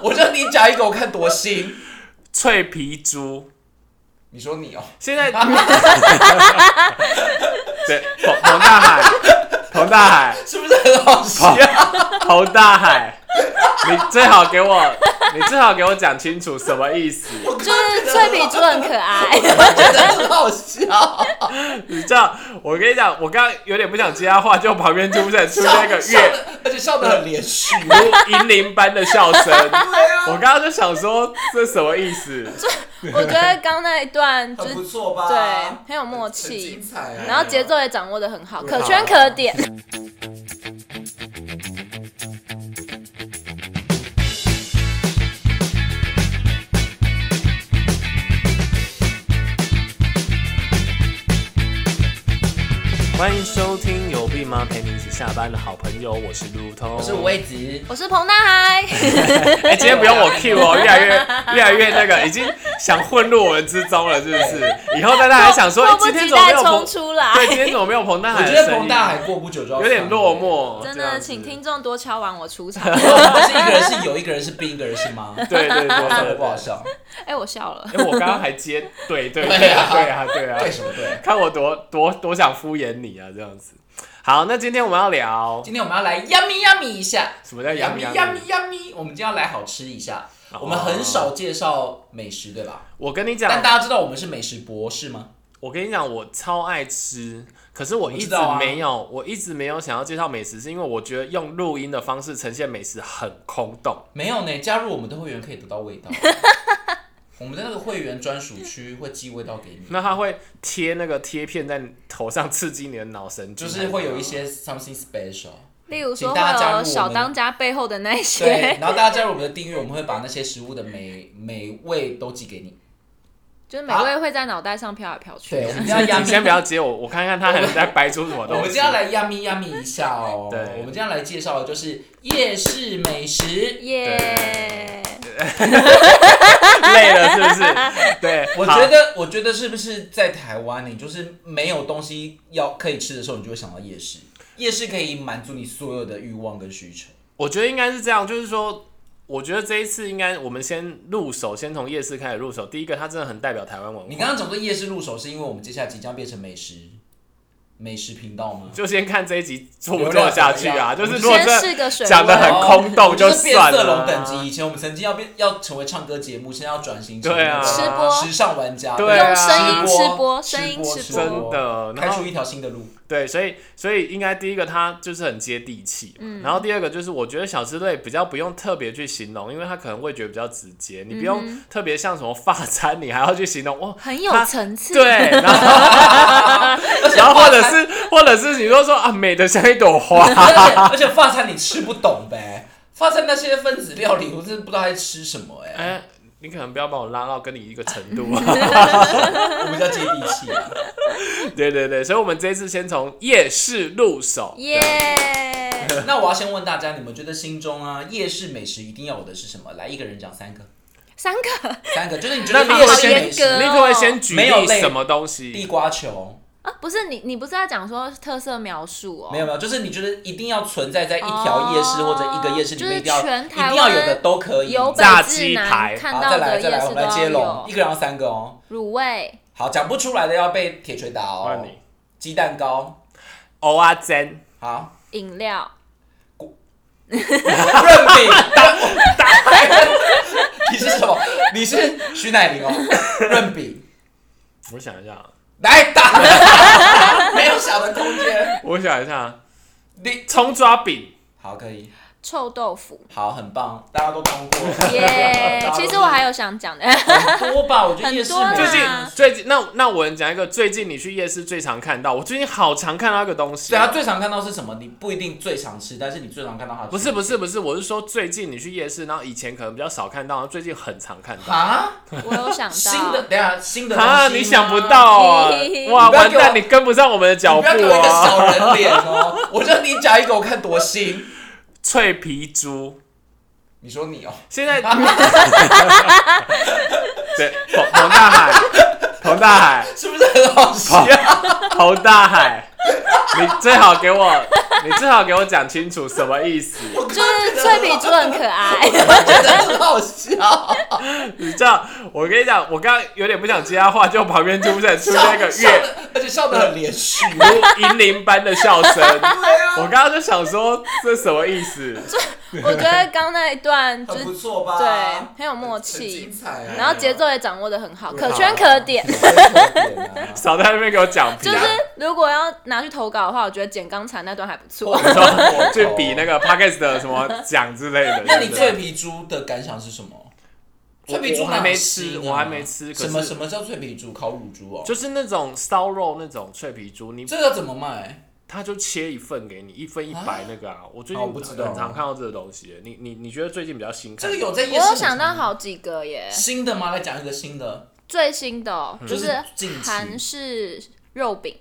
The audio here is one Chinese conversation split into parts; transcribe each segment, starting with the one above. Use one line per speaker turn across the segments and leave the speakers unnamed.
我就你讲一个，我看多新。
脆皮猪。
你说你哦，
现在，对，彭彭大海，彭大海，
是不是很好笑？
彭大海，你最好给我，你最好给我讲清楚什么意思。
我
就是脆皮猪很可爱。
真的很好笑。
你知道，我跟你讲，我刚刚有点不想接他话，就旁边出现出现一个
笑
月
得而且笑得很连续。
如银铃般的笑声。
啊
我刚刚就想说，这什么意思？
我觉得刚那一段就
很不
是
错吧？
对很有默契
很精彩啊。
然后节奏也掌握的很好，
对啊
可圈可点。
欢迎收听有病吗？陪你一起下班的好朋友，我是路通，
我是魏子，
我是彭大海，
哎、 今天不 用我 Q 哦，越来越越来越那个，已经想混入我们之中了，是不 是？以后大家还想说，哎、
迫不
今天
及
怎么没
待
有彭
冲？出来。
对，今天怎么没有彭大
我
海的
觉
声音？
得彭大海过不久就要
有点落。寞，
真
这样
的，
子
请。听众多敲完我出场。
是一个人是有，一个人是病，一个人是妈，
对对对
好
对，
不 好笑？
哎，我笑了。
对。哎、我刚刚还接，对对
对啊
对啊对啊，
对什么对？
看我多多多想敷衍你啊，这样子。好，那今天我们要聊
今天我们要来 yummy yummy 一下
什么叫洋
，yummy
洋
yummy yummy，我们今天要来好吃一下。
哦
我们很少介绍美食，对吧？
我跟你讲
但，大家知道我们是美食博士吗？
我跟你讲，我超爱吃，可是我
我
一
知
直
道啊
没有，我一直没有想要介绍美食，是因为我觉得用录音的方式呈现美食很空洞。
没有呢，加入我们的会员可以得到 味道。我们的那个会员专属区会寄味道给你，
那它会贴那个贴片在头上，刺激你的脑神
就
经，
是会有一些 something special。
例如说
请大家加入
会
我
有
们
小当家背后的那一
对
些，，
然后大家加入我们的订阅，我们会把那些食物的美美味都寄给你。
就是美味会在脑袋上飘来飘去。
对，我们今 天要
你
yummy，
先 不要接我，我看看他还能在掰出什么
我
东
们
西。
今天要来 yummy yummy 一下哦。
对
我们今天来介绍的就是夜市美食。
耶！
累了是不是？ 对，
我
好
觉得，我觉得是不是在台湾，你就是没有东西要可以吃的时候，你就会想到夜市。夜市可以满足你所有的欲望跟需求。
我觉得应该是这样，就是说，我觉得这一次应该我们先入手，先从夜市开始入手。第一个，它真的很代表台湾文
你
化，
刚刚讲说夜市入手，是因为我们接下来即将变成美食美食频道吗？
就先看这一集做不
流
做
量
下
怎么
去啊。
样
就是如果
先
这
试个水
讲得很
温。
空洞
哦我们就是变
就算
色
了
龙
啊
等级。以前我们曾经要变要成为唱歌节目，现在要转型成
对啊
吃播
时尚玩家，
对啊
用声音
吃
吃
播
播，声音
吃
吃
播
真
播，
的，
开
然后
出一条新的路。
对，所以所以应该第一个它就是很接地气，嗯，然后第二个就是我觉得小吃类比较不用特别去形容，因为它可能味觉比较直接，你不用特别像什么发餐，你还要去形容哇，
嗯很有
它
层次。
对，然后 然后或者是或者是你就说啊，美的像一朵花，
而且 而且发餐你吃不懂呗，发餐那些分子料理，我真的不知道他在吃什么哎、
哎、你可能不要把我拉到跟你一个程度。啊
我比较接地气啊。
对对对，所以我们这次先从夜市入手。
耶！
那我要先问大家，你们觉得心中啊夜市美食一定要有的是什么？来，一个人讲三个，
三个
三个，就是你觉
那
得
你
夜
会
市
先，
美
严
食，
格哦
你可不可以先举
没有
例
类
什么东
地
西？
瓜球。
啊，不是你，你不是要讲说特色描述哦？
没有没有，就是你觉得一定要存在在一条夜市
哦
或者一个夜市里面，一定
就是
要
全
一
台湾
定要有的都可以。
由
好，
北
炸
至
鸡排
南看到
再来
的
再
夜
来，我
市
们
都
来接
要
龙，
有
一个人要三个哦。
卤味、
好，讲不出来的要被铁锤打
换
哦
你。
鸡蛋糕，
欧阿珍，
好，
饮料、
润饼，打打。你是什么？你是徐乃麟哦，润饼，
我想一下，
来打，没有小的空间。
我想一下，
你
葱抓饼，
好，可以，
臭豆腐。
好，很棒，大家都通过。
耶！其实我还有想讲的，
很多吧，我觉得夜市
很多
美
最
啦
食
近
啊
最近，那那我讲一个，最近你去夜市最常看到，我最近好常看到一个东西
对。啊，最常看到是什么？你不一定最常吃，但是你最常看到它的
不是不是不是，我是说最近你去夜市，然后以前可能比较少看到，然后最近很常看到。
啊，
我有想
新
到
的，等一下新的东西吗
啊，你想不到啊
嘿嘿！嘿
哇，
你不要
完
给我
蛋，你跟不上我们的脚
你
步
不要给我一个
啊！
小人脸哦！我就你讲一个，我看多新。
脆皮猪，
你说你哦，
现在，对，彭彭大海，彭大海，
是不是很好笑？
彭大海，你最好给我，你最好给我讲清楚什么意思。
我
就是脆皮猪很可爱。
真的很好好笑，
你这样，我跟你讲，我刚刚有点不想接他话，就旁边出现出现一个
笑
月
得而且笑得很连续。
如银铃般的 笑声。我刚刚就想说，这什么意思？
我觉得刚那一段就
很
是
不错吧？
啊
对很有默
很
契
精彩啊。
然后节奏也掌握的很好，
对
可圈可点。
少在那边给我讲评
就
啊，
是如果要拿去投稿的话，我觉得剪刚才那段还不错。
说
去比那。个 podcast 的什么奖之类的。
那你
对不
脆
对
皮猪的感想是什么？
我
脆皮猪
我还没
哪吃
吃
呢，
我还没吃可
啊什么
是
什么叫脆皮猪？烤乳猪哦，
就是那种烧肉那种脆皮猪，你
这个怎么卖？
他就切一份给你，一份一百那个啊。我最
啊我
近
不知道
很常看到这个东西。你你你觉得最近比较新
这
看？
个有在
我
夜市？
有想到好几个耶，
新的吗？来讲一个新的
最新的哦
嗯
就
就是
是
近期
韩式肉 饼，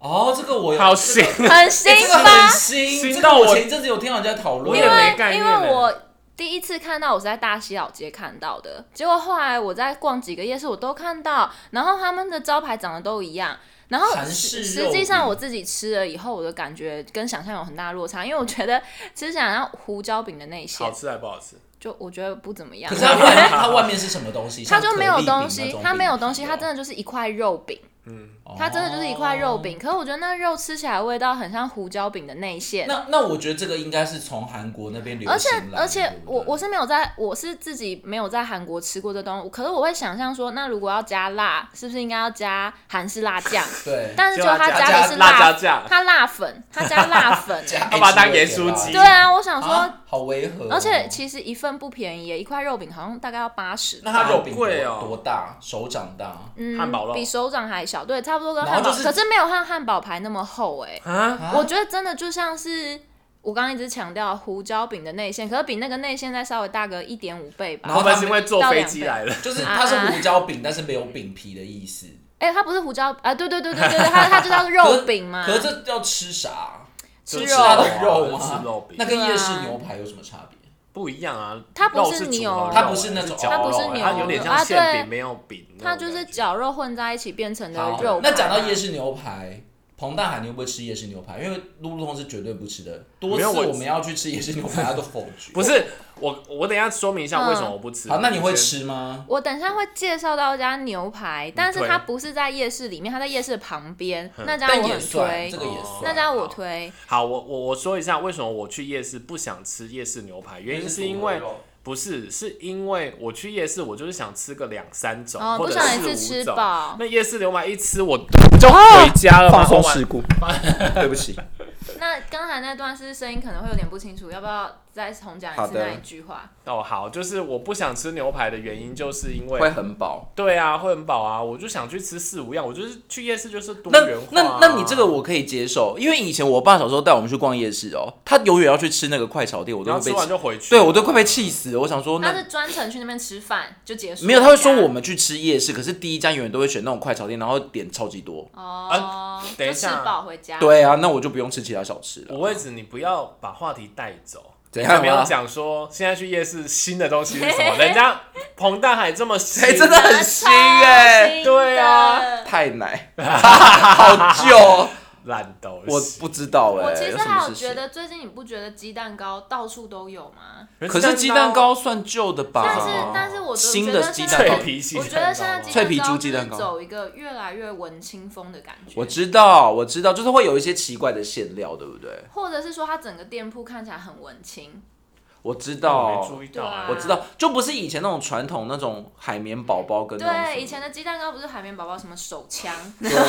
哦，这个我有
好新，
很新
欸这个
吧
很？新，
新
这个
到
我
我
前一阵子有听到人家讨
我
论，
也没概
因
念
为
欸
我第一次看到，我是在大溪老街看到的，结果后来我在逛几个夜市，我都看到，然后他们的招牌长得都一样。然后
韩式
实
肉饼
实际上我自己吃了以后，我的感觉跟想象有很大的落差，因为我觉得其实想要胡椒饼的那一些
嗯好，吃还不好吃？
就我觉得不怎么样
可是。它外面它外面是什么东 西？
它
像
就
可
没有
丽饼
东
那
西
种，
它没有
饼哦
东西，它真
的，
的就是一块肉饼，
嗯
它真的就是一块肉
哦
饼。可是我觉得那肉吃起来的味道很像胡椒饼的内馅，
那那我觉得这个应该是从韩国那边流
而且
行来的
而且
对不对
我我是没有在，我是自己没有在韩国吃过这东西，可是我会想象说，那如果要加辣，是不是应该要加韩式 辣酱？
对，。
但是就
就要
他
加
加的是
辣
辣
椒酱
他辣粉，他加辣粉 欸
加
要把它当
H 味
盐酥
给它
鸡
对啊，我想说，
啊，好违和哦，
而且其实一份不便宜耶，一块肉饼好像大概要八十，
那它肉饼
好贵哦
多多大？手掌大
嗯
汉堡肉
比手掌还小，对，差不多跟
然后
汉堡，
就是
可是没有像汉堡排那么厚哎。
啊，
啊
我觉得真的就像是我刚刚一直强调胡椒饼的内馅，可是比那个内馅再稍微大个一点五倍吧。
然
他
后
们
他
是因
们
为坐
到
飞
两
机
倍
来的。
就是
啊
它是胡椒饼，但是没有饼皮的意思。
哎、它不是胡椒啊？对对对对对对，它它就叫肉饼嘛
可，是这要吃啥？
吃
就
肉
吃它的肉吗？
啊吃肉饼
那跟
对啊
夜市牛排有什么差别？
不一样啊，
它不
肉
是
是
牛
煮的
它
肉
不是
欸
那种
绞
它
不是
肉欸
牛
它有点
肉
像
啊
馅
对
饼没有饼那种
它
感
就
觉，
是绞肉混在一起变成的
好
肉。
那讲到夜，市牛排，彭大海你会不会吃夜市牛排？因为路路通是绝对不吃的，多
没
次
有我
我们要去吃夜市牛排，他都否决。
不，是我我等一下说明一
嗯
下为什么我不吃。
好，那你会
先？
吃吗？
我等一下会介绍到一家牛排，
嗯
但是
推
它不是在夜市里面，它在夜市旁边。那家
但
我
也
很
算，
推
这，个也算。
那家我推。
好，我我我说一下为什么我去夜市不想吃夜市牛排，原因是因为不是是因为我去夜市，我就是想吃个两三种、
哦，
或
不
者
想一
四
次
五
吃
种。
饱。
那夜市牛排一吃我我就回家了嘛，
啊放松
完
事故， 对不起，
那刚才那段是声音可能会有点不清楚，要不要再重讲一
好
次
的
那一句话？
哦，好，就是我不想吃牛排的原因，就是因
会
为
很饱。
对啊，会很饱啊，我就想去吃四五样，我就是去夜市就是多
那
元化、啊
那那你这个。我可以接受，因为以前我爸小时候带我们去逛夜市哦，他永远要去吃那个快炒店，我都
然后
会被
吃完就回去，
对我都快被气死了。我想说
他
那
是专程去那边吃饭就结束了。
没有，他会说
这样
我们去吃夜市，可是第一家永远都会选那种快炒店，然后点超级多。
哦，
啊
等一
就
下
吃饱回家。
对啊，那我就不用吃其他小吃了。
五位子，你不要把话题带走。
怎
你还
样
没有
啊？
讲说现在去夜市新的东西是 什么？人家彭大海这么新，
哎、真的很新哎、
超新的
对啊
太 奶，好旧哦，
烂到
我不知道哎、
我其
有
实
什么
还
事
有
情
觉得，最近你不觉得鸡蛋糕到处都有吗？
可是鸡蛋糕算旧的吧？
但是但是我
啊新
觉
的
得
鸡
现
蛋
在
糕
脆皮鸡
我
蛋糕啊
觉得现在 鸡蛋糕
脆皮猪鸡蛋糕
就是走一个越来越文青风的感觉。
我知道，我知道，就是会有一些奇怪的馅料，对不对？
或者是说它整个店铺看起来很文青，
我知
我没
道，
注意到啊
我知道，就不是以前那种传统那种海绵宝宝跟那种什么
对，以前的鸡蛋糕不是海绵宝宝什么手 枪，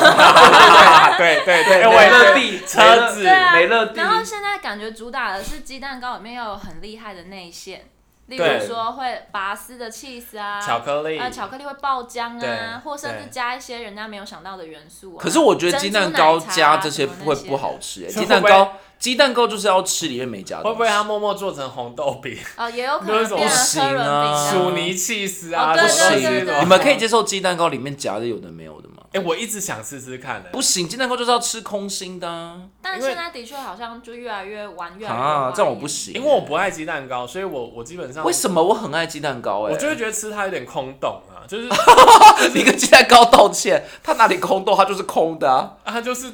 啊对对对，
对
哎我
美
也
乐
是
蒂
车子
对啊，
美乐蒂
然后现在感觉主打的是鸡蛋糕里面要有很厉害的内馅，例如
对
说会拔丝的 cheese 啊，
巧克力
啊，巧克力会爆浆
对
啊，或甚
对
至加一些人家没有想到的元素、啊。
可是我觉得鸡蛋糕加这些
珍珠奶茶啊
会不好吃、欸，
什
鸡
么
蛋
会不
糕鸡蛋糕就是要吃里面没加的
会
东
不
西，
会他默默做成红豆饼、
啊、也有可
那
能
种
变成车轮饼
不
啊
行啊
薯泥气死啊，
哦
这
对
种东西
对对
的
对
你们可以接受鸡蛋糕里面夹的有的没有的吗？
哎，我一直想试试看的，
不行，鸡蛋糕就是要吃空心的啊！
但
因为
现在的确好像就越来越玩越来越
啊
花
这样我
样
不行，
因为我不爱鸡蛋糕，所以我我基本上
为什么我很爱鸡蛋糕、欸？
我就会觉得吃它有点空洞啊， 就是
你跟鸡蛋糕道歉，它哪里空洞，它就是空 的、啊。
它就是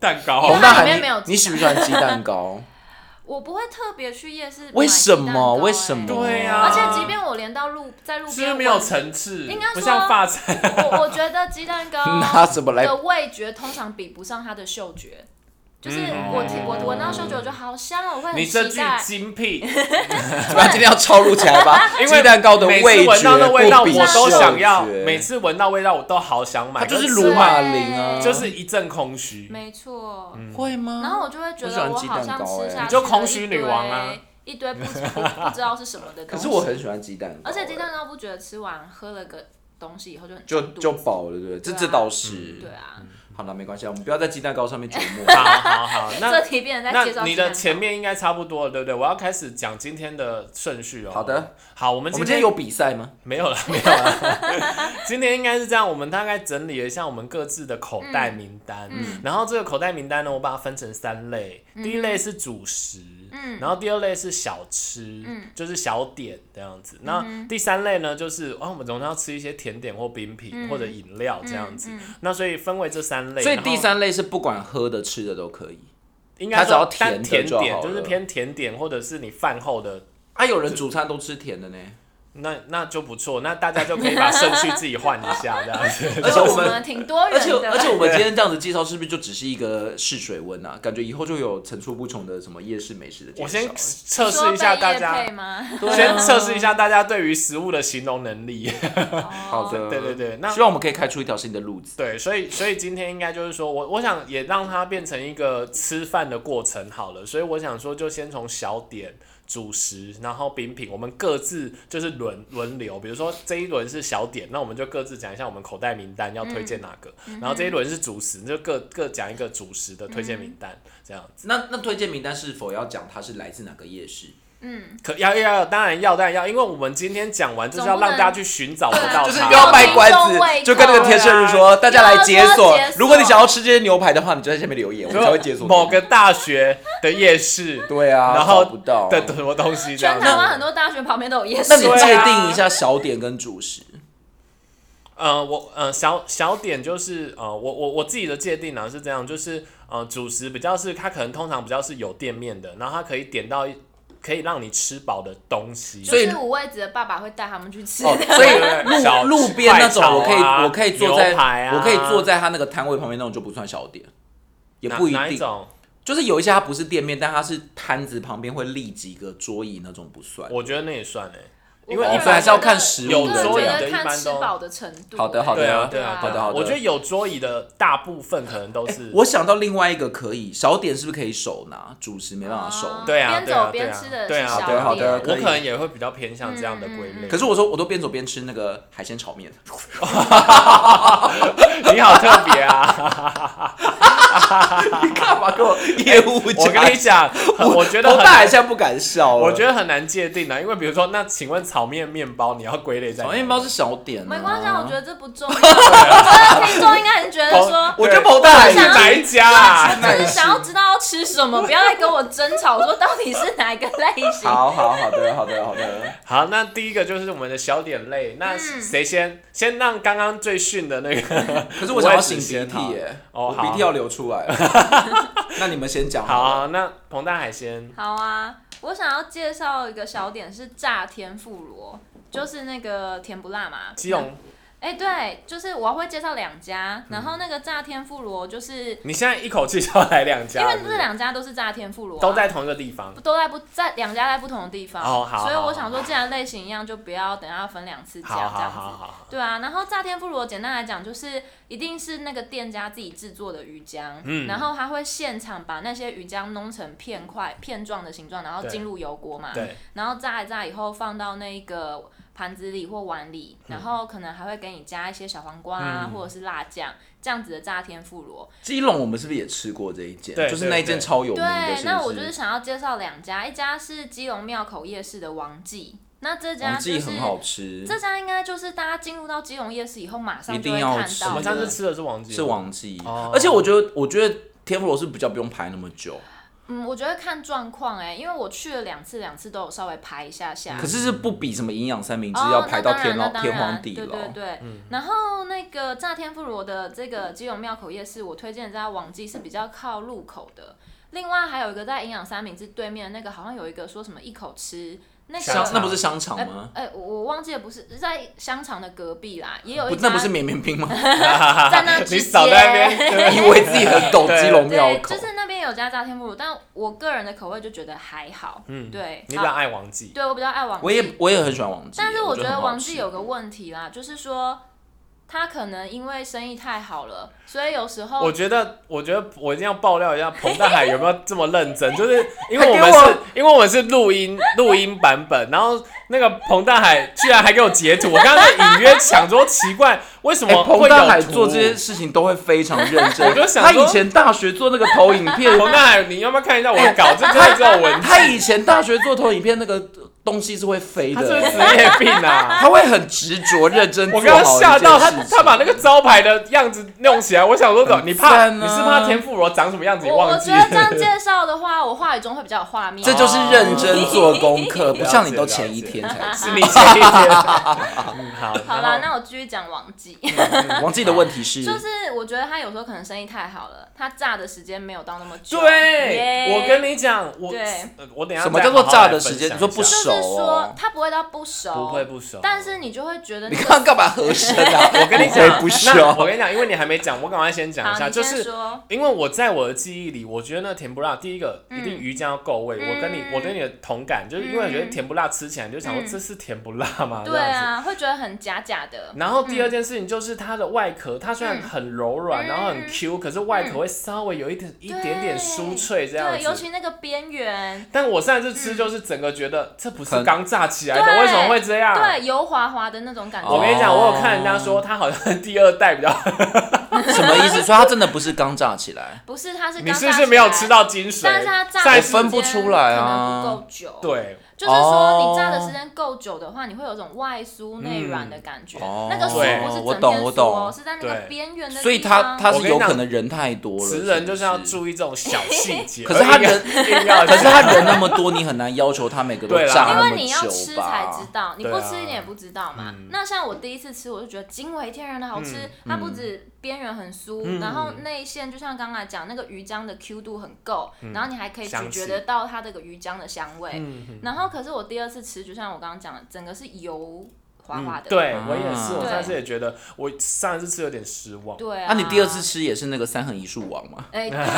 蛋糕
因为
红
它
大
啊
里面
海，
没有
你
鸡蛋
你喜不喜欢鸡蛋糕？
我不会特别去夜市买
为什
鸡蛋糕
么？为什么？
对
哎
呀
而且即便我连到路在路
是不是
边
没有啊
闻
层次
应该，
不
说
像发餐。
我我觉得鸡蛋
拿
糕
什么来
的味觉通常比不上它的嗅觉，就是
嗯
我听我闻到嗅觉我就好香哦，我会很
你这句
期待。
精 辟，
怎么样今天要抄录起来吧？
因为
鸡蛋糕的
每次
味
闻到那
觉
味
不
道
比
我都 想要，
嗅觉
每次闻到味道我都好想买，
它就是
可
鲁马林啊，
对
就是一阵空虚。
没错，
会吗？
然后我就会觉
我喜欢
得我
鸡蛋
好像
糕哎
吃下去
你
就
了
空
一
虚女王啊
堆一堆不不不知道是什么的
可
东西。
是我很喜欢鸡蛋糕，
而且鸡蛋糕不觉得吃完喝了个东西以后就很
就嗯
胀肚
就
子
饱了，对不对？这
对啊
这倒是
对。啊，
好了，没关系，我们不要在鸡蛋糕上面琢磨。
好 好 好，
这
那
题变成在介
那
绍
你
鸡蛋
的
糕
前面应该差不多了，对不对？我要开始讲今天的顺序哦。
好的，
好，我们
我
今
们今天有比赛吗？
没有了，没有了。 今天应该是这样，我们大概整理了一下我们各自的口袋名单，
嗯
然后这个口袋名单呢，我把它分成三类，第一类是主食，
嗯
然后第二类是小吃，
嗯
就是小点这样子。那第三类呢，就是哦，我们总是要吃一些甜点或冰品、
嗯
或者饮料这样子。
嗯嗯
那所以分为这三类，
所以
然后
第三类是不管喝的吃的都可以。
应该说
它只要甜
但甜
的就好
点
了
就是偏甜点，或者是你饭后的
啊，有人主餐都吃甜的呢。
那那就不错，那大家就可以把顺序自己换一下这样 子。
而且我
我
们，
们挺多
而
元
且
的，
而且我们今天这样子介绍，是不是就只是一个试水温啊？感觉以后就有层出不穷的什么夜市美食的介绍。
我先测
你说
试一下
被
大
业
家
配，吗？
先测
啊
试一下大家对于食物的形容能力。
好的，
对对对那
希望我们可以开出一条新的路子。
对，所以所以今天应该就是说我我想也让它变成一个吃饭的过程好了，所以我想说就先从小点。主食，然后饼品，我们各自就是轮轮流，比如说这一轮是小点，那我们就各自讲一下我们口袋名单要推
嗯
荐哪个，然后这一轮是主食，就各各讲一个主食的推荐
嗯
名单，这样
那那推荐名单是否要讲它是来自哪个夜市？
嗯，
可要要要，当然要，当然要，因为我们今天讲完就是要让大家去寻找得到它，
就是
好
又要卖关
听众
子，
胃口
就跟那个天赦日说，大家来解锁
又要说解。锁
如果你想要吃这些牛排的话，你就在下面留言，我们才会解锁。
某个大学的夜市
对啊，
然后
找不到。
的什么东西这样
全
子。
台湾很多大学旁边都有夜市
那你
对
界
啊
定一下小点跟主 食。
呃，我呃小小点就是呃，我我我自己的界定呢、是这样，就是呃主食比较是它可能通常比较是有店面的，然后它可以点到可以让你吃饱的东西。
所以
就是五味子的爸爸会带他们去吃
哦，
的。
所以
小
路路边那种，
快炒啊
我可以我可以坐在
牛排啊
我可以坐在他那个摊位旁边那种就不算小点，也
哪
不一
哪一
定。
种？
就是有一些它不是店面，但它是摊子旁边会立几个桌椅那种不算。
我觉得那也算哎、因
我
为
个
一
人
哦所以
般
还是要看食物的
我个人
所以
觉
的
得
一
看
般
吃
都
饱的程度。欸
好的好的
对啊
对
啊
好的好的
我觉得有桌椅的大部分可能
哎
都是
我想到另外一个可以小点，是不是可以手拿？主食没办法手拿。
对啊
边
对啊
走边吃的
对啊
是小
对啊好的
店
我
可以
可能也会比较偏向这样的归类。
可是我说我都边走边吃那个海鲜炒面，
你好特别啊！
你干嘛给 我业务
哎我跟你讲，我觉得
我
很
爸好
难，
像不敢笑了。
我觉得很难界定啊，因为比如说，那请问炒面面包你要归类在哪
炒
里？
面包是小点、啊，
没关系，啊，我觉得这不 重要。我 的听众应该很觉得说，
我觉得彭大海
是哪一家啊？
就是想要知道要吃什 么，不要再跟我争吵说到底是哪一个类 型。
好好好的好的好的，
好，那第一个就是我们的小点
嗯
类，那谁先？先让刚刚最逊的那个。
可是我想要
我也
擤
只
鼻
先
涕耶，
哦
我
好
鼻涕要流出 来了。那你们先讲
好
了
啊，那彭大海先。
好啊，我想要介绍一个小点是炸天妇罗，就是那个甜不辣嘛。
基隆，嗯
哎、对，就是我会介绍两家，然后那个炸天妇罗就是、
你现在一口气叫来两家，
因为
是不
这
是
两家都是炸天妇罗啊、
都在同一个地方。
都在不在两家在不同的地方，
哦好
所以
好
我想说，既然类型一样，就不要等下分两次讲
好好
这样子。
好好好。
对啊，然后炸天妇罗简单来讲就是一定是那个店家自己制作的鱼浆，
嗯
然后他会现场把那些鱼浆弄成片块、片状的形状，然后
对
进入油锅嘛，
对，
然后炸一炸以后放到那个盘子里或碗里，
嗯
然后可能还会给你加一些小黄瓜啊，
嗯
或者是辣酱这样子的炸天妇罗。
基隆我们是不是也吃过这一间？
对
就是那一间超有名的，
对，
是
那
不
我就是想要介绍两家，一家是基隆庙口夜市的王记，那这家
王
就
记
是
很好吃，
这家应该就是大家进入到基隆夜市以后马上
一
就
定
会
要
看
吃
我
到
们
的
的。
上次吃的是王记，
是王记
哦。
而且我觉得，我觉得天妇罗是比较不用排那么久，
嗯，我觉得看状况哎，因为我去了两次，两次都有稍微排一下下。
可是是不比什么营养三明治
哦
要排到
那当然
天
那
老
当
天
然
荒地
对对
老。
对，然后那个炸天妇罗的这个基隆庙口夜市，我推荐这家网记是比较靠路口的。另外还有一个在营养三明治对面的那个，好像有一个说什么一口吃那
香
商
肠
个。
那不是商场
哎
吗？
哎、我我忘记了，不是是在香肠的隔壁啦，也有一
不，
家
那不是绵绵冰 吗？
在那之
你少在那边
间
以为自己很懂基隆庙
对，
口
就，是那边有家炸天妇罗，但我个人的口味就觉得还好。嗯，对，
你比
好
较爱王记，
对我比较爱王记，
我也我也很喜欢王记，
但是
我
觉
很
得
好
王记
吃
有个问题啦，就是说他可能因为生意太好了，所以有时候
我觉得，我觉得我一定要爆料一下彭大海有没有这么认 真，就是因为
还
我
给
们
我
是，因为我们是录音录音版本，然后那个彭大海居然还给我截图，我刚刚在隐约想说奇怪，为什
哎、
么
彭
会
大海
有图？
做这些事情都会非常认真。
我就想
他
说
以前大学做那个投影片，
彭大海，你要不要看一下我的稿？这真的只有文字，
他以前大学做投影片那个东西是会飞
他是不是职
的，
业病 啊！
他会很执着认真做
我
好一件
刚刚吓到他
事，情
他把那个招牌的样子弄起来，我想说，
很
你怕
赞
你
啊
是怕田馥罗长什么样子？你
我我
忘记
觉得这
了？
样介绍的话，我话语中会比较有画面。哦
这就是认真做功
哦
课，不像你都前一天才
是你前一天。嗯，好。然
好
后嗯
啦，那我继续讲王记，
做。王记的问题是，
就是我觉得他有时候可能生意太好了，他炸的时间没有到那么久。
对，我跟
你
你讲，我
对
呃我等一下
什么
再
叫做
好好
炸
来
的
分
时间
享
你说
一
不
下
就是
熟
说他不会到不熟，
哦不会不熟，
但是你就会觉得
你
那
刚刚
个
干嘛和声 啊？
我跟你讲，
不会不
那
熟
我跟你讲，因为你还没讲，我赶快先讲一
好，
下，
你
就
先
是。
说。
因为我在我的记忆里，我觉得那甜不辣，第一个一定
嗯
鱼酱要够味。我跟你，我对你的同感，就是因为我觉得
嗯
甜不辣吃起来，你就想说
嗯
这是甜不辣吗？这
对
样子。
啊，会觉得很假假的。
然后第二件事情就是它的外壳，它虽然
嗯
很柔软，
嗯
然后很 Q，可是外壳会稍微有一点一点点酥脆这样
对，尤
子。
其那个边缘，
但我上一次吃就是整个觉得这不是
很
刚炸起来的，
嗯对
为什么会这样？
对，油滑滑的那种感觉。
啊我跟你讲，
哦
我有看人家说他好像第二代比较，
哦
什么意思？说他真的不是刚炸起来？
不是，它是
你
刚
是不是没有吃
到？
到精髓？
但是它炸
再
的
我分不出来啊哦
时间可能不够久。，
对，
就是说你炸的时间够久的话，你会有种外酥内软的感觉。
哦
那个酥
对
不是
我
整
懂
片
我
酥
懂
哦，是在那个
对
边缘的地方。
所以他他
我
是
跟你
有
讲
可能人太多了，
词人就是要
是
注意这种小细节。
可是他人
硬要
不是。可是他人那么多，你很难要求他每个都
对啦
炸
因
那
为
么
你要吃
久
才
吧嗯
知？道，你
对
不
啊
吃一点也不知道嘛。那像我第一次吃，我就觉得惊为天人的好吃。它不止边缘很酥，
嗯
然后内馅就像刚才讲那个鱼浆的 Q 度很够，
嗯
然后你还可以咀
香
嚼
气
得到它这个鱼浆的香味。
嗯
嗯
然后可是我第二次吃，就像我刚刚讲的，整个是油滑滑的。
对
啊
我也是，我
对
上次也觉得我上一次吃有点失望。
对啊。
那你第二次？吃也是那个三横一竖王吗？
哎、对没错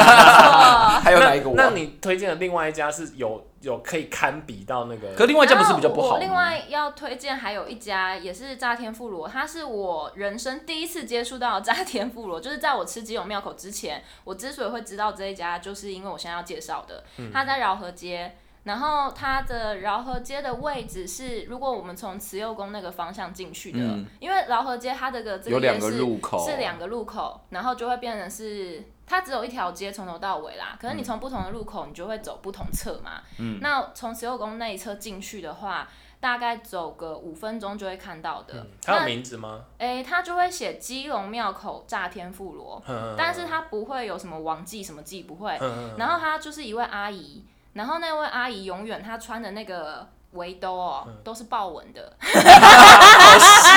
还有哪
那
一个
那
王？
你推荐的另外一家是有有可以堪比到那个，
可另外一家不是比较不
然后
好吗？
我另外要推荐还有一家也是炸天妇罗，它是我人生第一次接触到的炸天妇罗， 就是在我吃基隆庙口之前，我之所以会知道这一家，就是因为我现在要介绍的，
嗯
它在饶河街。然后它的饶河街的位置是，如果我们从慈幼宫那个方向进去的，
嗯
因为饶河街它这个这
有
个
两
夜
个
市
入口
是两个入口，然后就会变成是它只有一条街从头到尾啦。
嗯
可是你从不同的入口，你就会走不同侧嘛。嗯，那从慈幼宫那一侧进去的话，大概走个五分钟就会看到的。
嗯
嗯
它有
那
名字吗？
诶，它就会写基隆庙口炸天妇罗，
嗯
但是它不会有什么王记什么记不会。
嗯
然后她就是一位阿姨，然后那位阿姨永远她穿的那个围兜哦，
嗯
都是豹纹的。
好 细，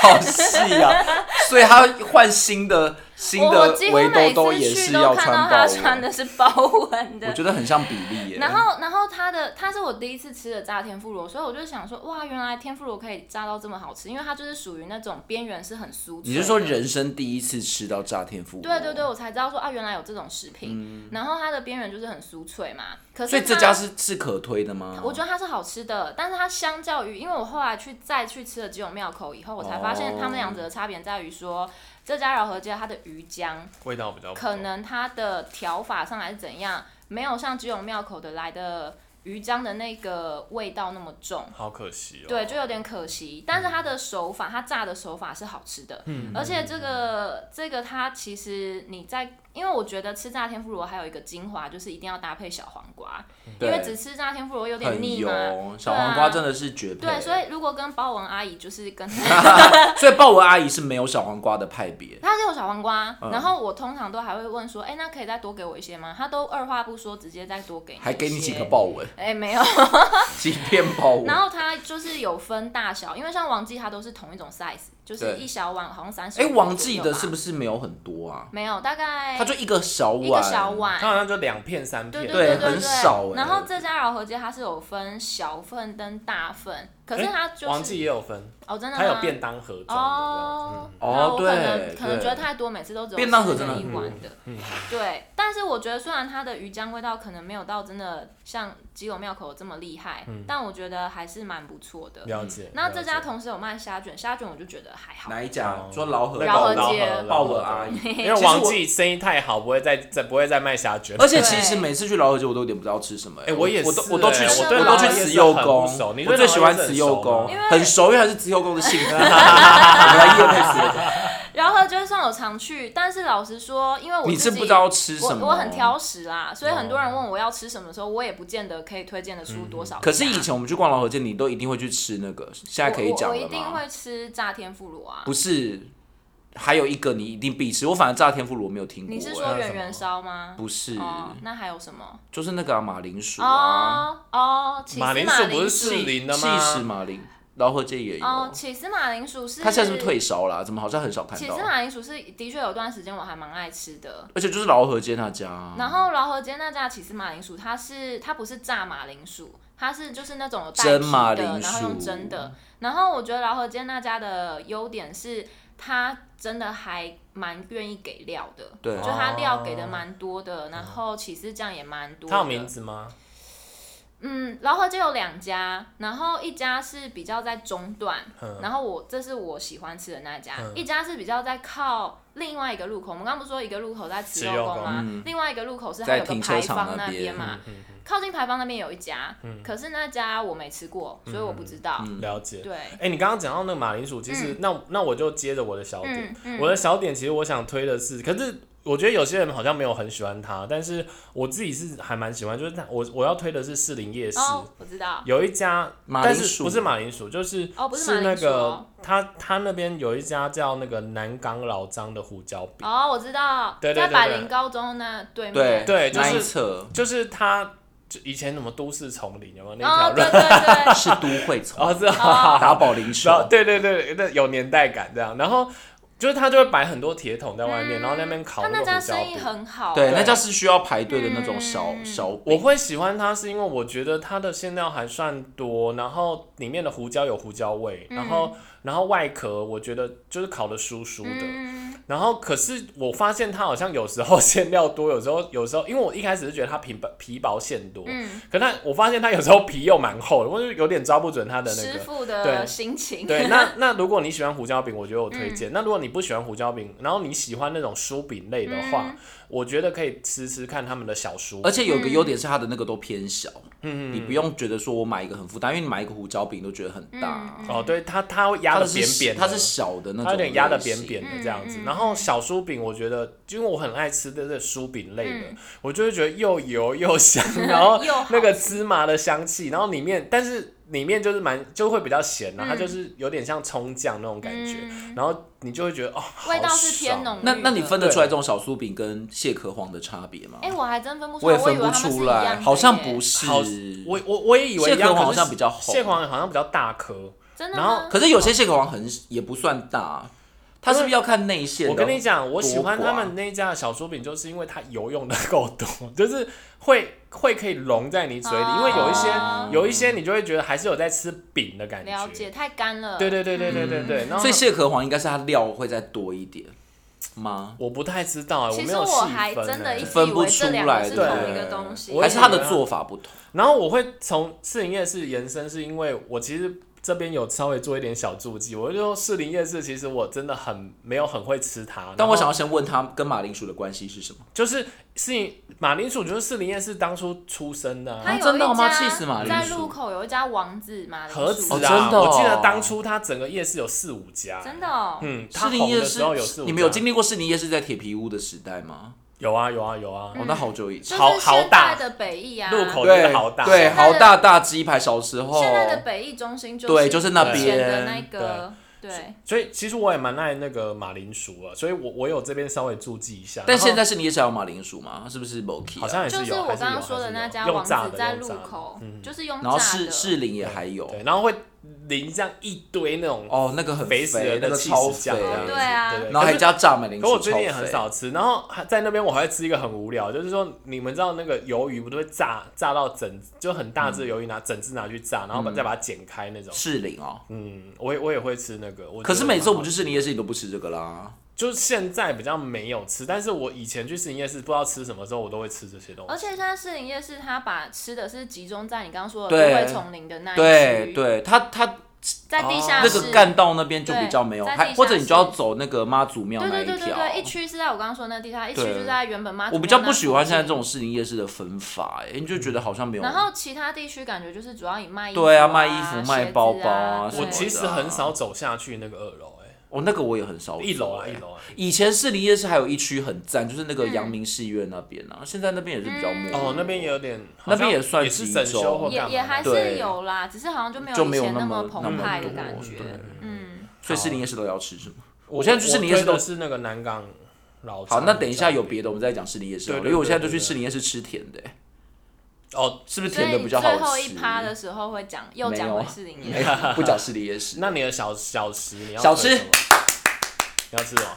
好细啊！所以他换新的新
我我
的
几乎
围兜
每
兜
次
也
去
是
都
要
看到
穿
她
豹
穿
纹，
的是豹纹的
我。觉得很像比例耶。
然后，然后它的它是我第一次吃的炸天妇罗，所以我就想说，哇，原来天妇罗可以炸到这么好吃，因为它就是属于那种边缘是很酥脆的。
你是说人生第一次吃到炸天妇？
对对对，。我才知道说啊，原来有这种食品。然后它的边缘就是很酥脆嘛，可
嗯
是
所以这
它
家是是可推的吗？
我觉得它是好吃的，但是它相较于，因为我后来去再去吃了基隆庙口以后，我才发现它们两者的差别在于说，这家饶河街它的鱼浆
味道比较不
可能它的调法上还是怎样，没有像基隆庙口的来的鱼浆的那个味道那么重。
好可惜哦。
对，就有点可惜，但是它的手法，它炸的手法是好吃的，嗯，而且这个这个它其实你在，因为我觉得吃炸天妇罗还有一个精华就是一定要搭配小黄瓜，因
嗯对
为只吃炸天妇罗有点
很
腻
油
嘛，，
小黄瓜
对啊
真的是绝配。
对，所以如果跟包文阿姨就是 跟，
所以豹纹阿姨是没有小黄瓜的派别。
她是有小黄瓜，
嗯
然后我通常都还会问说，哎、那可以再多给我一些吗？她都二话不说，直接再多给你，
还给你几个。豹纹，
哎、没有。
几片豹纹
然，后它就是有分大小，因为像王记它都是同一种 size，就是
对
一小碗好像三十。
哎，王记的是
是？
不是没有很多啊？
没有，大概。
它就一个小碗，
哎一个小，碗，
它好像就两片三片，
对
对
对
很少欸
然后这家饶河街它是有分小份跟大份，可是它
哎
就是、
王记也有分，
哦真的吗
它有便当盒装的这样
哦
子。嗯
哦
那我可
对
能可能
对
觉得太多，每次都只有
便当盒
吃
真的
一
很嗯
碗的，对。但是我觉得虽然它的鱼浆味道可能没有到真的像基隆庙口这么厉害，
嗯
但我觉得还是蛮不错的。
了解。
嗯那这家
了解
同时有卖虾卷，虾卷我就觉得还好。
哪一家
哦？
说老河
饶
爆
河街
爆了 阿姨，
啊因为王记生意太好，不会再再不会再卖虾卷。
而且其
对
实每次去老河街，我都有点不知道吃什么、欸。
哎我也是
我都我都去
哎
吃，
我
我
对
都去
老河街
慈幼
是很
宫，
不熟你
我
对
最
老
喜
河
欢
街是
慈
很
幼
熟
宫
吗
因为，
很熟，因为它是慈幼宫的 性格。我来夜配慈幼宫
然后就算我常去，但是老实说，因为我
你
自
是
己
不知道吃什么哦
我我很挑食啦，所以很多人问我要吃什么的时候，我也不见得可以推荐得出多少家。
嗯可是以前我们去逛老河街，你都一定会去吃那个，现在可以讲
我我我
了
一定
吗？
会吃炸天妇罗啊
不。是，还有一个你一定必吃，我反正炸天妇罗我没有听过、
你是
哎
说圆圆烧吗？
不是，
哦，那还有什么？
就是那个、啊、马铃薯啊，
哦哦，起司
马
马
铃
铃
薯不是士林的
气死
吗？
马铃，老河街也有。
哦，起司马铃薯是
它现在是不是退烧啦？怎么好像很少看
起
到
司？马铃薯是的确有段时间我还蛮爱吃的。
而且就是老河街那家，
然后饶河街那家起司马铃薯，它是它不是炸马铃薯，它是就是那种有带
蒸
皮
马
的，
铃
然后用
薯
蒸的。然后我觉得饶河街那家的优点是，它真的还蛮愿意给料的，
对哦
就它料给的蛮多的，然后起司酱也蛮多的。
它有名字吗？
嗯，饶河街有两家，然后一家是比较在中段，
嗯
然后我这是我喜欢吃的那家，一家是比较在靠另外一个路口。我们刚刚不是说一个路口在慈
慈
幼
幼
宫
宫
吗？另外一个路口是还
在
有个
停车
牌
场
坊
那边
边嘛，靠近牌坊那边有一家，
嗯
可是那家我没吃过，所以我不知道。
了解。
对，嗯
哎、你刚刚讲到那个马铃薯，其实、那那我就接着我的小点，
嗯嗯
我的小点其实我想推的是，可是我觉得有些人好像没有很喜欢它，但是我自己是还蛮喜欢，就是它我我要推的是士林夜市。
哦，我知道，
有一家，
马
但
铃
是
薯
不是马铃薯，就是
哦不是马铃薯
那个
哦
他他那边有一家叫那个南港老张的胡椒饼，
哦，我知道，
对对对
在百
对
灵高中那对
对
面，
对就是
那一侧
就是他就以前什么都市丛林有没有那条
哦，对
路？
对对，
是都会 从
哦，知道。
打保龄球
然，后对对对，那有年代感这样。然后就是他就会摆很多铁桶在外面，然后在那边烤
嗯他那
个
家
胡椒
生意
饼。
很好，
对，
对
那家是需要排队的那种小小
我
饼。
会喜欢它，是因为我觉得它的馅料还算多，然后里面的胡椒有胡椒味，然后然后外壳我觉得就是烤的酥酥的，
嗯，
然后可是我发现它好像有时候馅料多，有时候有时候，因为我一开始是觉得它皮薄皮薄馅多，
嗯
可它我发现它有时候皮又蛮厚的，我就有点抓不准它的那
师
个。
傅
对
的心情，
对， 那那如果你喜欢胡椒饼，我觉得我推荐。那如果你不喜欢胡椒饼，然后你喜欢那种酥饼类的话，
嗯
我觉得可以吃吃看他们的小酥饼
而且有个优点是它的那个都偏小，
嗯
你不用觉得说我买一个很负担，因为你买一个胡椒饼都觉得很大，
哦，对，它它会压
它
的
的
扁
是
扁的，
它是小的那种，
它有点压的扁。扁
嗯
的这样子。然后小酥饼，我觉得因为我很爱吃的这酥饼类的，我就会觉得又油又香，然后
嗯 又好
那个芝麻的香气，然后里面但是里面就是蛮就会比较咸啊然后它
嗯
就是有点像葱酱那种感觉，然后你就会觉得哦，好
味道是偏
爽
浓郁
那
的。
那你分得出来这种小酥饼跟蟹壳黄的差别吗？
哎、我还真分不出
我
来，
也
我
分
以为
不
他们是
出
一样的
来，
耶
好像不是
好，。我我我也以为一
蟹
样
壳黄
可
好
是
像比较厚
蟹黄好像比较大颗。
真的
然后
吗？
可是有些蟹壳黄很也不算大，它是不是要看内馅的？
我跟你讲，我喜欢
多寡
他们那一家的小酥饼，就是因为它油用的 够多，就是会会可以融在你嘴里，因为有一些
哦
有一些你就会觉得还是有在吃饼的感觉。
了解，太干了。
对对对对对对对。然后
嗯所以蟹壳黄应该是它料会再多一点吗？
我不太知道，
其
没
实
有
我
细
还
分
真的一
欸。
直
分
以
不
为
出
这两个
来
是
对
同一个东西。
我也
还是它
以为
的
啊
做法不同？
然后我会从士林夜市延伸，是因为我其实。这边有稍微做一点小注记，我就说士林夜市，其实我真的很没有很会吃它，
但我
然后
想要先问它跟马铃薯的关系是什么？
就是士林马铃薯，就是士林夜市当初出生的、啊，
它
啊
有
真的
一
吗
家
气死马铃
在
薯
路口有一家王子马铃薯，
何止啊！
哦真的哦
我记得当初它整个夜市有四五家，
真的、哦。
嗯，它
士
红
林
的
夜
时候有四
市，
五家，
你们有经历过士林夜市在铁皮屋的时代吗？
有啊有啊有啊，
嗯
哦，那好久以
就
前，
好
是
好
现
大
在的北艺啊，
路口真
对
的好大
对，
现在
好
的
大大鸡排，小时候
现在的北艺中心就是
对就是那
以前的那
边
个，对，
所以其实我也蛮爱那个马铃薯啊，所以我我有这边稍微注记一下。
但
然后
现在士林夜市还有马铃薯吗？是不是啊 m o k
好像也
就是
有，
我
还
刚
有
刚说
还
的
是
那
有
家
用
王
炸
子
的
在
用
路
炸的
口，就是用
然后
炸
士
的。
士林也还有，
对，然后会淋这样一堆那种
哦，那个很
肥死人
那
的
个
气
超
死
肥
酱这样
哦
子，
对啊
对
然后还。加炸美零食，
可是可我最近也
超
很
肥
少吃，然后还在那边我还吃一个很无聊，就是说你们知道那个鱿鱼不都会炸炸到整就很大
嗯
只的鱿鱼拿、整只拿去炸，然后把再把它剪开那种。
士林哦。
嗯，我也我也会吃那个。我
可是每次我们
就
去士林夜市，你都不吃这个啦。
就是现在比较没有吃，但是我以前去吃营夜市不知道吃什么时候，我都会吃这些东
而
哦
西。
且现在士林夜市，它把吃的是集中在你刚刚说的
对
都会丛林的那一
对
区，
对，他他
在地下
那
室。
个干道那边就比
对
较没有，
在地
还
下
或者你就要
室
走那个妈祖庙
对
那
对对对
条。
对，一区是在我刚刚说的那地下，一区
对
就在原本妈祖
我比较
庙
不
那嗯
喜
附
欢现在这
近
种士林夜市的分法，哎，你就觉得好像没有。
然后其他地区感觉就是主要以卖衣服、
对啊
啊，
卖衣服
鞋子
卖包包啊
啊。
什
对
么
我
的
其实很少走下去那个二楼、哎，
哦，那个我也很少走。
一楼啊，
哎
一楼啊。
以前士林夜市还有一区很赞，就是那个
嗯
阳明戏院那边啊，现在那边也是比较没落。
哦，那边也有点，
那边
好像
也算
也
集
是整修
中
或干
也
嘛
也还
的
是
对
有啦，只是好像就没
就
有以
没有
前
那么
么
那
澎
么
湃的
多
感觉
对。
嗯，
所以士林夜市都要吃什么？
我
我现在去士林夜市
我推
都
的是那个南港老
好，
张
那等一下有
比
别的，我们再讲士林夜市好了。
对对
因为我现在
对
就
对
去
对
士林夜市吃甜的、欸
较哦。
是不是
所以
甜的
你
比较
最
好吃？
后一趴 的时候会讲，又
没
讲
有
回
啊
士林
没
夜市。
有不讲士林夜市。
那你的小小吃你要
小
推
吃
什么你要吃什么？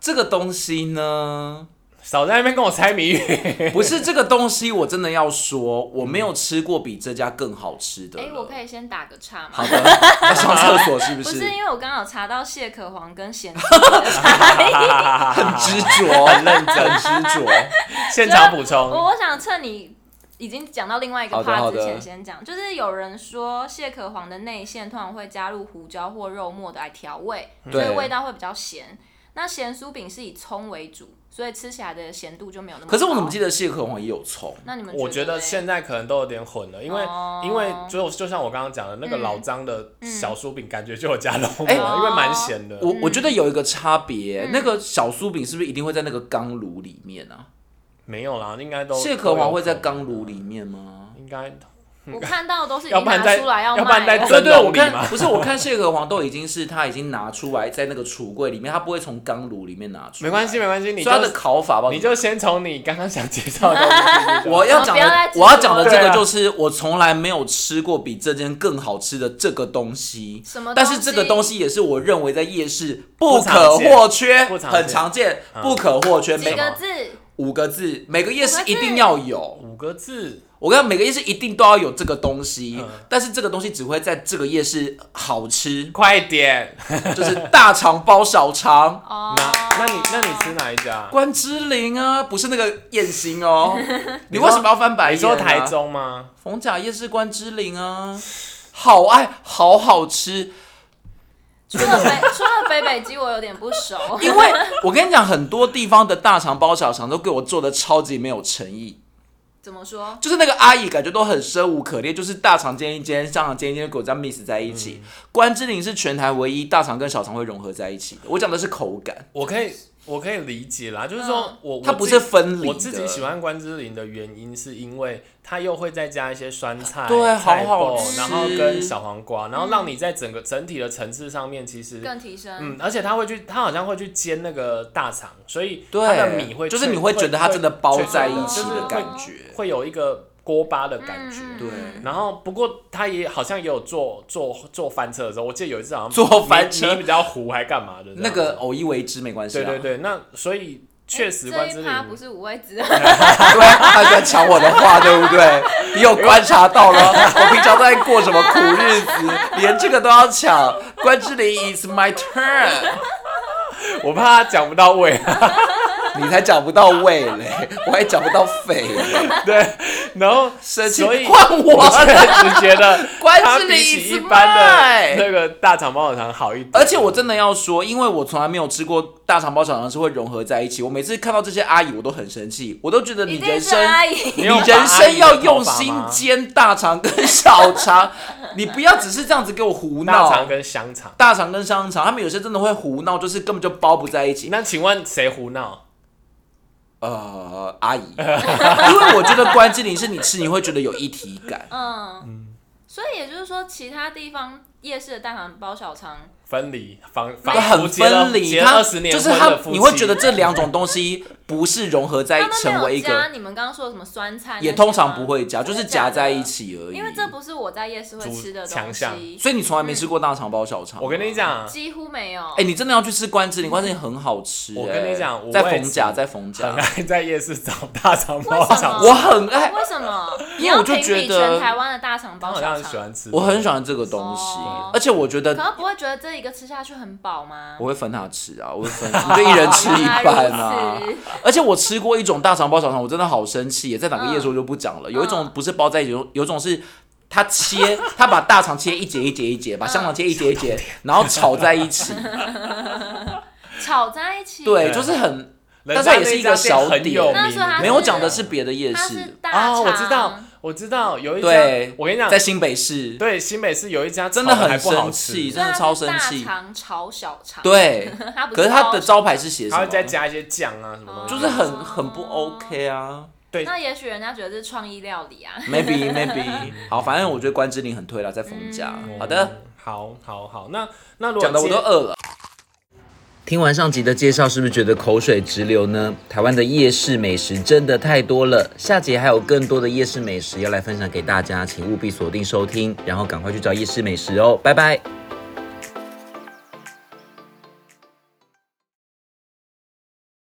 这个东西呢，
少在那边跟我猜 谜语。
不是这个东西，我真的要说，我没有吃过比这家更好吃的
哎、
了。
我可以先打个岔吗？
好的，要上厕所是不
不
是？
是因为我刚好查到蟹壳黄跟咸鸡蛋的差异，
很执着，很认真，很执着。
现场补充，
我我想趁你已经讲到另外一个
哦好的
趴
好
之
的
前先讲，就是有人说蟹壳黄的内馅通常会加入胡椒或肉末的来调味，所以
嗯对
味道会比较咸。那咸酥饼是以葱为主，所以吃起来的咸度就没有那么。
可是我怎么记
得？
得蟹壳黄也有葱？
那你们
我
觉
觉得
嘞
现在可能都有点混了，因为、
哦嗯
因为就就像我刚刚讲的那个老张的小酥饼，感觉就有加肉末，
哎
因为蛮咸的。
我我觉得有一个差别、那个小酥饼是不是一定会在那个钢炉里面啊？
没有啦，应该都
蟹壳黄会在
都有可能
钢炉里面吗？
应该
我看到的 都是已
要
经
不然
拿
再
出来要卖
要
哦了，
不然再
哦对对，
蒸笼
我
里吗
看不是我看蟹壳黄都已经是它已经拿出来在那个橱柜里面，它不会从钢炉里面拿出来。
没关系，没关系，你
所以它的
就
烤法吧，
你就先从你刚刚想介绍的东西 去
我要
我
讲
哦们不要再
的
执着
我要讲的这
对
个
啊
就是我从来没有吃过比这间更好吃的这个东西。
什么？
但是这个东，西也是我认为在夜市不
不常
可
见
或缺，
不常见嗯
很常见，不可或缺。
几
每
个字，
五个字，每个夜市
五个字
一定要有。
五个字，
我跟你讲，每个夜市一定都要有这个东西，
嗯，
但是这个东西只会在这个夜市好吃
快点。
就是大肠包小肠。
哦，
那那你那你吃哪一家？
关之琳啊，不是那个燕心 哦，你为什么要翻白
你
眼、啊？
说台中吗？
逢甲夜市关之琳啊，好爱，好好吃。
除了北除了北北鸡，我有点不熟。
因 为我跟你讲，很多地方的大肠包小肠都给我做的超级没有诚意，
怎么说？
就是那个阿姨感觉都很生无可恋，就是大肠煎一煎，小肠煎一煎，给我这样 mix 在一起。
嗯
关之琳是全台唯一大肠跟小肠会融合在一起的，我讲的是口感，
我可以我可以理解啦，就是说
嗯
我
它
我
不
自己
是分离的
我自己喜欢关之琳的原因，是因为它又会再加一些酸菜，
对
菜
好好
爆
吃嗯
然后跟小黄瓜，然后让你在整个整体的层次上面，其实
更提升。
嗯，而且它会去，它好像会去煎那个大肠，所以它的
对，
米会
就是
脆
你会觉得它真的包在一起
脆脆
的
的
感
就是
觉
会，啊会有一个锅巴的感觉。
嗯嗯
对。
然后，不过他也好像也有做做做翻车的时候，我记得有一次好像
做翻车
你你比较糊还干嘛的这样
那个偶一为之没关系
对
啊，
对对，那所以确实
这
关
哎
之
一
琳
趴不是五味 子，
对啊，他喜欢抢我的话，对不对？你有观察到 了？我平常都在过什么苦日子，连这个都要抢。关之琳，It's my turn，
我怕他讲不到位。啊
你才讲不到位嘞，我还讲不到肺嘞，
对，然后
生气
所以
换我
我确实觉得
关
它
之
比
琳
起一
is
般
mine
的那个大肠包小肠好一点。
而且我真的要说，因为我从来没有吃过大肠包小肠是会融合在一起。我每次看到这些阿姨，我都很生气，我都觉得你
一
人
定是啊
生。
阿姨。
你
你有拔
人
阿
生
姨的
要
头
用
发
心
吗
煎大肠跟小肠，你不要只是这样子给我胡
大
闹。
肠跟香肠。
大肠跟香肠，他们有些真的会胡闹，就是根本就包不在一起。
那请问谁胡闹？
呃，阿姨，因为我觉得关之琳是你吃你会觉得有一 体感，嗯
嗯，所以也就是说，其他地方夜市的蛋黄包小肠
分离，房
都
房
很
屋结了
分离，
结
他
二十年
就是
婚
他
的，夫
你会
妻
觉得这两种东西不是融合在
他们
哎成
没
为
有
一
加
个，
你们刚刚说的什么酸菜那些吗，
也通常不会夹，就
真的
是夹
假的
在一，起而已。
因为这不是嗯我在夜市会
主
吃的
强
东
项
西，
所以你从来没吃过大肠包小肠。
我跟你， 讲，
几乎没有。
哎，你真的要去吃关之琳，关之琳很好吃。
我跟你
哎
讲我
在
为
逢甲，
此
在逢
很
甲，
爱在夜市找大肠
为
包
什
小
么
肠，
我很爱，
为什么？你
因为
要
我就
评比
觉得
全台湾的大肠
他好
包小
像很喜
肠，
欢吃，
我很喜欢这个东西
哦，
而且我觉
可
得
能不会觉得这一个吃下去很饱吗？
我会分他吃啊，我会分，你就一人 吃一半啊
原来。如此
而且我吃过一种大肠包小肠，我真的好生气耶，在
嗯
哪个夜市我就不讲了。有一种不是包在一起，有有一种是。他切，他把大肠切一节一节一节，把香肠切一节一
嗯
节，然后炒在一 起。
炒在一起。
对，就是很
人
但
家
是也是一个小
那家店很
点
有
那
名
所以它
的，
没有我讲的是别的夜
它是
市，哦
大肠、
啊，我知道，我知道，有一家
对，
我跟你讲，
在新北市，
对新北市有一家
真的
炒得还
很
不好
生
吃
气，
所
真的
以啊它是
超生气
大。肠炒小肠，，
对，
它不
可是它
包
的招牌是写什
他
么
会？再加一些酱啊什么东西，
就是很很不 OK 啊。
对
那也许人家觉得这是创意料理啊。
Maybe maybe，好，反正我觉得关之琳很推了，在冯家。好的，
嗯，好好好，那那如果
讲的我
今
都饿了。听完上集的介绍，是不是觉得口水直流呢？台湾的夜市美食真的太多了，下集还有更多的夜市美食要来分享给大家，请务必锁定收听，然后赶快去找夜市美食哦，拜拜。